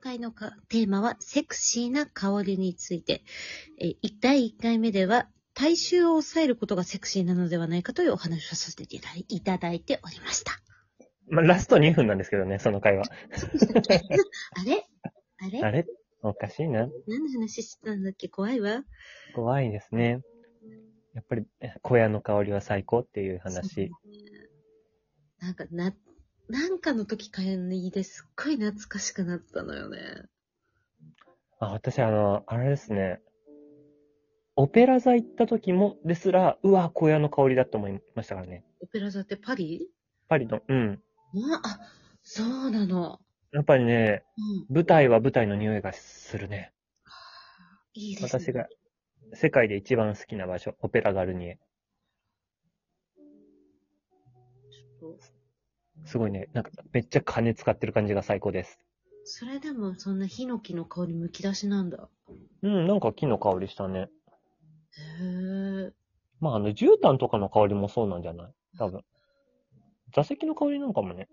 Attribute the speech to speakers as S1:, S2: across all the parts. S1: 回のかテーマはセクシーな香りについて。えーい第1回目では、体臭を抑えることがセクシーなのではないかというお話をさせていただいいただいておりました。
S2: まあ、ラスト2分なんですけどね、その会話。
S1: あれあれ
S2: あれおかしいな。
S1: 何の話してたんだっけ怖いわ。
S2: 怖いですね。やっぱり、小屋の香りは最高っていう話。
S1: なんか、な、なんかの時からのいいですっごい懐かしくなったのよね。
S2: あ、私、あの、あれですね。オペラ座行った時も、ですら、うわ、小屋の香りだと思いましたからね。
S1: オペラ座ってパリ
S2: パリの、うん。
S1: まあ、あ、そうなの。
S2: やっぱりね、
S1: うん。
S2: 舞台は舞台の匂いがするね。
S1: いいですね。
S2: 私が、世界で一番好きな場所、オペラガルニエ。
S1: ちょっと
S2: すごいね、なんか、めっちゃ金使ってる感じが最高です。
S1: それでもそんなヒノキの香りむき出しなんだ。
S2: うん、なんか木の香りしたね。
S1: へえ。
S2: まあ、あの、絨毯とかの香りもそうなんじゃない多分。座席の香りなんかもね。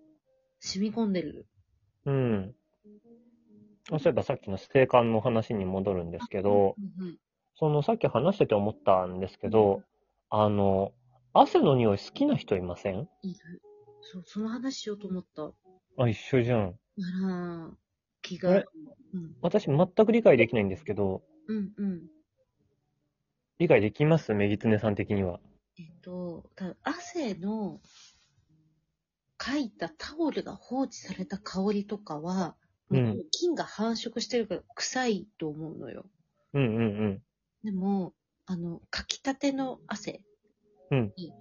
S1: 染み込んでる。
S2: うん。あそういえばさっきのステーカンの話に戻るんですけど、
S1: うんうん
S2: そのさっき話してて思ったんですけど、あの、汗の匂い好きな人いません
S1: いる。そう、その話しようと思った。
S2: あ、一緒じゃん。
S1: なら、気が。
S2: あ
S1: うん
S2: れ。私全く理解できないんですけど、
S1: うんうん。
S2: 理解できますメギツネさん的には。
S1: えっと、た汗の、かいたタオルが放置された香りとかは、
S2: うん
S1: もう菌が繁殖してるから臭いと思うのよ。
S2: うんうん
S1: でも、あの、かきたての汗
S2: うん
S1: に、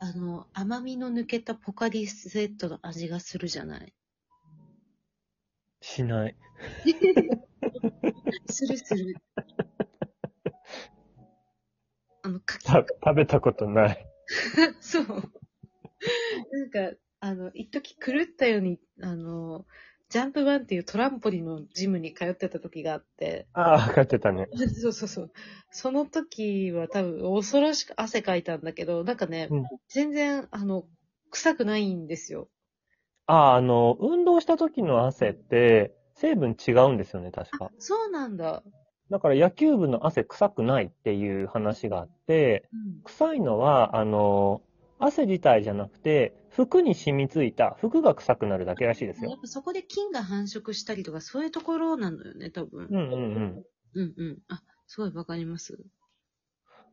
S1: あの、甘みの抜けたポカリスエットの味がするじゃない。
S2: しない。
S1: するする。あの、かき、
S2: た食べたことない。
S1: そう。なんか、あの、一時狂ったように、あの、ジャンプワンっていうトランポリンのジムに通ってた時があって、
S2: ああ、分かってたね。
S1: そうそうそう。その時は多分恐ろしく汗かいたんだけど、なんかね、
S2: うん
S1: 全然、あの、臭くないんですよ。
S2: ああ、あの、運動した時の汗って、成分違うんですよね、確
S1: あ
S2: か。、
S1: そうなんだ。
S2: だから野球部の汗臭くないっていう話があって、
S1: うん。
S2: 臭いのは、あの、汗自体じゃなくて、服に染みついた服が臭くなるだけらしいです
S1: や
S2: よ
S1: っ。ぱそこで菌が繁殖したりとか、そういうところなのよね、多分。
S2: うんうん
S1: うんうん。あ、すごいわかります。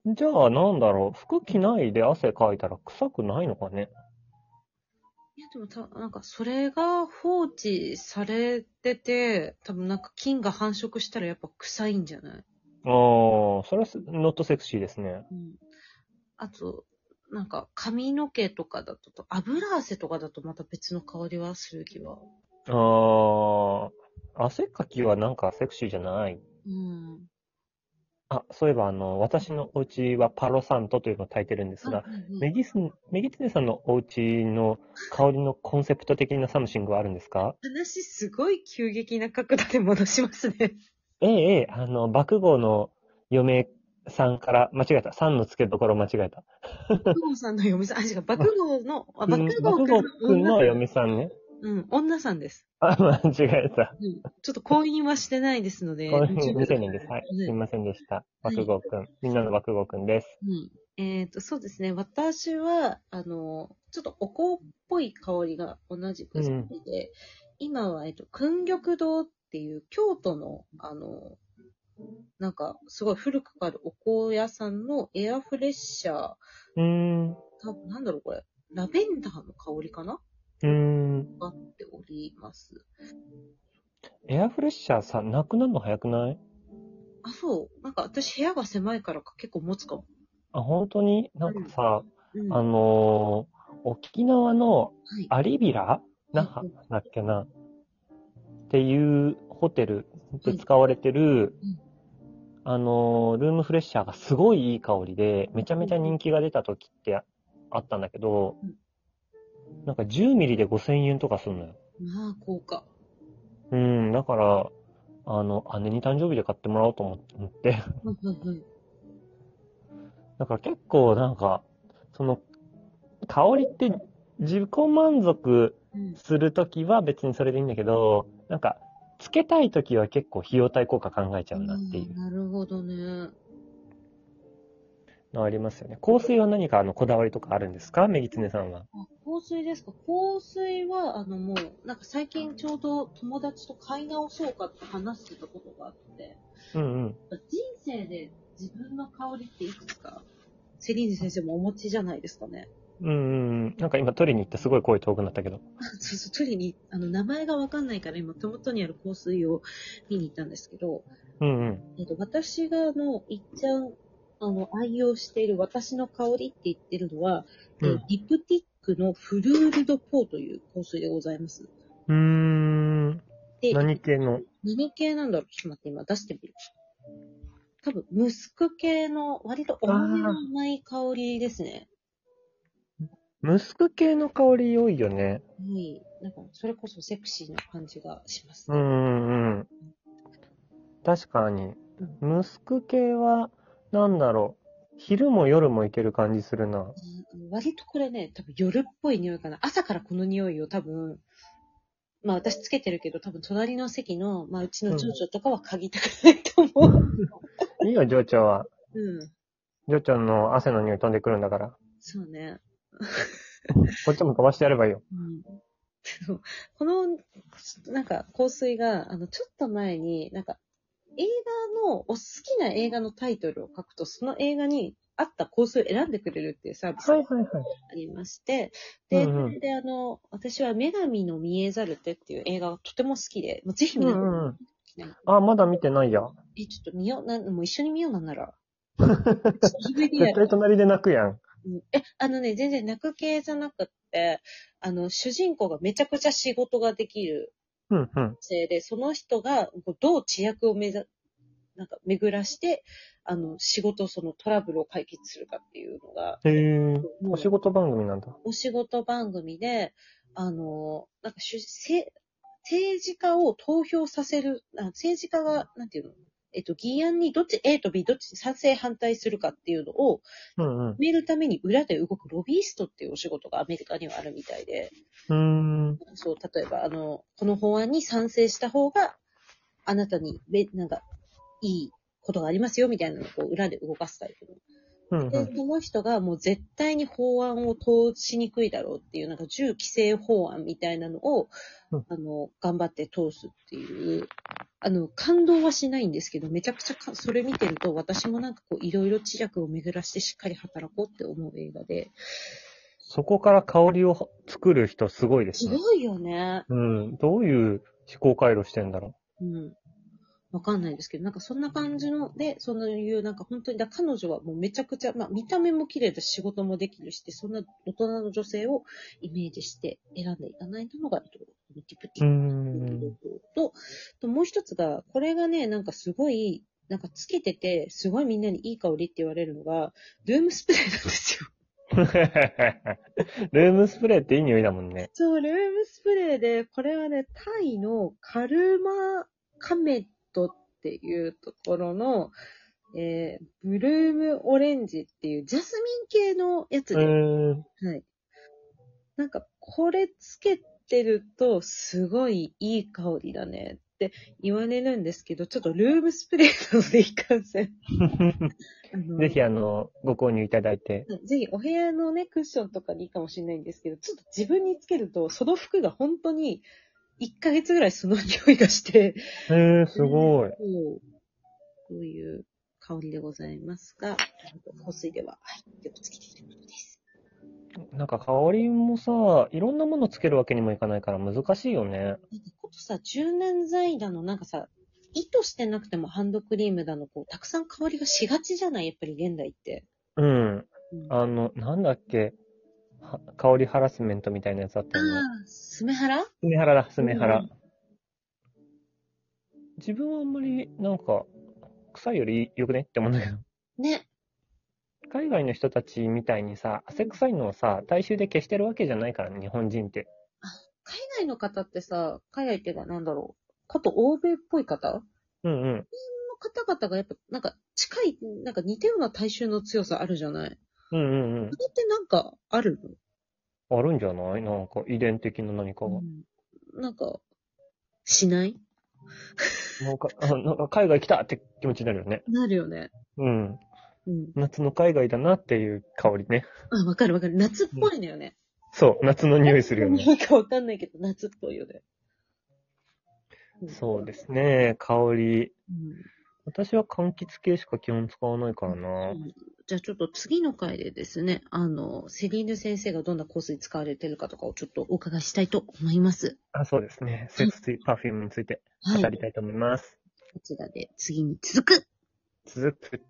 S2: うん。じゃあ、なんだろう、服着ないで汗かいたら臭くないのかね。
S1: いや、でもた、なんか、それが放置されてて、多分なんか菌が繁殖したらやっぱ臭いんじゃない
S2: ああ、それはすノットセクシーですね。
S1: うん。あと、なんか、髪の毛とかだと、油汗とかだとまた別の香りはする気は。
S2: ああ、汗かきはなんかセクシーじゃない。
S1: うん。
S2: あ、そういえば、あの、私のお家はパロサントというのを炊いてるんですが、
S1: うんうんう
S2: メ
S1: ん
S2: ギス、メギツネさんのお家の香りのコンセプト的なサムシングはあるんですか
S1: 話すごい急激な角度で戻します ね。
S2: ええ、ええ、あの、爆豪の嫁さんから、間違えた。さんの付けどころ間違えた。
S1: 爆豪さんの嫁さん、あ、違う、爆豪の、あ、
S2: うん
S1: 爆豪く
S2: 爆豪
S1: ん
S2: くん
S1: の
S2: の
S1: 女
S2: 嫁さんね。
S1: うん、女さんです。
S2: あ、間違えた。
S1: うん。ちょっと婚姻はしてないですので。
S2: この辺未成年です。はい。す
S1: う
S2: み
S1: ん
S2: ませんでした。爆豪くん。みんなの爆豪くんです。
S1: うん。えっ、と、そうですね。私は、あの、ちょっとお香っぽい香りが同じく好きで、今は、えっ、と、訓玉堂っていう京都の、あの、なんか、すごい古くからあるお香屋さんのエアフレッシャー、
S2: うーん。う
S1: 多分なんだろう、これ。ラベンダーの香りかな
S2: ーん。
S1: がっております。
S2: エアフレッシャーさ、なくなるの早くない
S1: あ、そう。なんか私部屋が狭いからか結構持つかも。
S2: あ、本当になんかさ、
S1: うん。
S2: あのー、沖縄の
S1: はい。
S2: アリビラ那覇
S1: うん
S2: だっけなっていうホテルで使われてる
S1: うん、
S2: あのー、ルームフレッシャーがすごいいい香りで、めちゃめちゃ人気が出た時ってああったんだけど
S1: うん、
S2: なんか10ミリで5000円とかすんのよ。
S1: まあ、効果。
S2: うん、だから、あの、姉に誕生日で買ってもらおうと思って、
S1: うんうんうん。
S2: だから結構なんか、その、香りって自己満足
S1: うん
S2: するときは別にそれでいいんだけど、なんか、つけたいときは結構費用対効果考えちゃうなっていう
S1: なるほどね。
S2: のありますよね。香水は何かあのこだわりとかあるんですかメギツネさんは。
S1: あ香水ですか香水は、あのもう、なんか最近ちょうど友達と買い直そうかって話してたことがあって、
S2: うんうん。
S1: 人生で自分の香りっていくつか、セリーヌ先生もお持ちじゃないですかね。
S2: うんうんうん。なんか今取りに行ってすごい声遠くなったけど。
S1: そうそう、取りに、あの、名前がわかんないから今手元にある香水を見に行ったんですけど、
S2: うんうん。
S1: えっと、私が、あの、いっちゃん、あの、愛用している私の香りって言ってるのは、え
S2: うん
S1: リプティックのフルールドポーという香水でございます。
S2: うーん。
S1: で、
S2: 何系の
S1: 何系なんだろうちょっと待って、今出してみる。多分、ムスク系の、割と重めの甘い香りですね。
S2: ムスク系の香り良いよね。
S1: はい。なんか、それこそセクシーな感じがします。
S2: うんうんうん。確かに。ムスク系は、なんだろう。昼も夜もいける感じするな。
S1: うん割とこれね、多分夜っぽい匂いかな。朝からこの匂いを多分、まあ私つけてるけど、多分隣の席の、まあうちの長女とかは嗅ぎたくないと思う。
S2: いいよ、ジョーちゃんは。
S1: うん。
S2: ジョーちゃんの汗の匂い飛んでくるんだから。
S1: そうね。
S2: こっちも飛ばしてやればいいよ。
S1: うん。この、なんか香水が、あの、ちょっと前に、なんか映画の、お好きな映画のタイトルを書くと、その映画に合った香水を選んでくれるっていうサービス
S2: はい
S1: が
S2: はいはい。
S1: ありまして、で、
S2: うんうん
S1: それであの、私は女神の見えざる手っていう映画がとても好きで、もうぜひ
S2: う
S1: 皆さん
S2: んうんうん。
S1: ね
S2: あ、まだ見てないや。
S1: え、ちょっと見よう、なんもう一緒に見ようなんな ら。
S2: 絶
S1: DVD
S2: 対隣で泣くやん。
S1: うんえ、あのね、全然泣く系じゃなくって、あの、主人公がめちゃくちゃ仕事ができる
S2: うんうん。
S1: せいで、その人がこうどう知役を目ざ、なんか巡らして、あの、仕事、そのトラブルを解決するかっていうのが、
S2: へえ。
S1: も
S2: お
S1: う
S2: 仕事番組なんだ。
S1: お仕事番組で、あの、なんか主、せ政治家を投票させる、あ政治家が、なんていうのえっと、議案にどっち、A と B、どっち賛成反対するかっていうのを
S2: うんうん
S1: 決。めるために裏で動くロビーストっていうお仕事がアメリカにはあるみたいで、
S2: うーん。
S1: そう、例えば、あの、この法案に賛成した方が、あなたに、べなんか、いいことがありますよ、みたいなのをこう裏で動かすタイプの
S2: うんう
S1: で
S2: ん。、
S1: その人がもう絶対に法案を通しにくいだろうっていう、なんか銃規制法案みたいなのを、
S2: うん
S1: あの、頑張って通すっていう、あの、感動はしないんですけど、めちゃくちゃかそれ見てると、私もなんかこう、いろいろ知略を巡らしてしっかり働こうって思う映画で。
S2: そこから香りを作る人すごいです
S1: す
S2: ね。
S1: ごいよね。
S2: うん。どういう思考回路してんだろ
S1: うん。わかんないですけど、なんかそんな感じの、で、そのいう、なんか本当に、だ彼女はもうめちゃくちゃ、まあ見た目も綺麗だし仕事もできるし、そんな大人の女性をイメージして選んでいかないのが、えっと、ティプテ
S2: う。うー
S1: ィ
S2: ん。
S1: と、ともう一つが、これがね、なんかすごい、なんかつけてて、すごいみんなにいい香りって言われるのが、ルームスプレーなんですよ。
S2: ルームスプレーっていい匂いだもんね。
S1: そう、ルームスプレーで、これはね、タイのカルマカメットっていうところの、えー、ブルームオレンジっていうジャスミン系のやつ
S2: う
S1: で、
S2: ーん。
S1: はい。なんか、これつけてると、すごいいい香りだねって言われるんですけど、ちょっとルームスプレーなのでいかん せん。あの
S2: ぜひあの、ご購入いただいて。
S1: はいぜひお部屋のね、クッションとかにいいかもしれないんですけど、ちょっと自分につけると、その服が本当に1ヶ月ぐらいその匂いがして、
S2: へえ、すごい。
S1: こうこういう香りでございますが、香水では、はい、よくつけているものです。
S2: なんか香りもさ、いろんなものつけるわけにもいかないから難しいよね。
S1: なんかことさ、柔軟剤だの、なんかさ、意図してなくてもハンドクリームだの、こう、たくさん香りがしがちじゃないやっぱり現代って。
S2: うん。
S1: うんあ
S2: あの、なんだっけ。は香りハラスメントみたいなやつあった
S1: あ
S2: よね。
S1: ー、スメハラ
S2: スメハラだ、スメハ
S1: う
S2: ラ
S1: ん。
S2: 自分はあんまり、なんか、臭いより良くねって思うんだけど。
S1: ね。
S2: 海外の人たちみたいにさ、汗臭いのをさ、大衆で消してるわけじゃないからね、日本人って。
S1: 海外の方ってさ、海外っていうかなんだろう。こと欧米っぽい方
S2: うんうん。
S1: の方々がやっぱ、なんか、近い、なんか似たような体臭の強さあるじゃない
S2: うんうんうん
S1: そ。れってなんか、ある
S2: あるんじゃないなんか遺伝的な何か
S1: の、
S2: が。
S1: うんなんか、しない
S2: なんか、あなんか海外来たって気持ちになるよね。
S1: なるよね。
S2: うん。
S1: うん。
S2: 夏の海外だなっていう香りね。
S1: あ、わかるわかる。夏っぽいのよね。
S2: そう、夏の匂いするよね。
S1: なんかわかんないけど、夏っぽいよね。。
S2: そうですすね、香り。
S1: うん
S2: 私は柑橘系しか基本使わないからな。
S1: じゃあちょっと次の回でですね、あの、セリーヌ先生がどんな香水使われてるかとかをちょっとお伺いしたいと思います。
S2: あ、そうですね。セクシーパフュームについて
S1: はい。
S2: 語り
S1: こ
S2: たいと思います。
S1: ちらで次に続く
S2: 続く。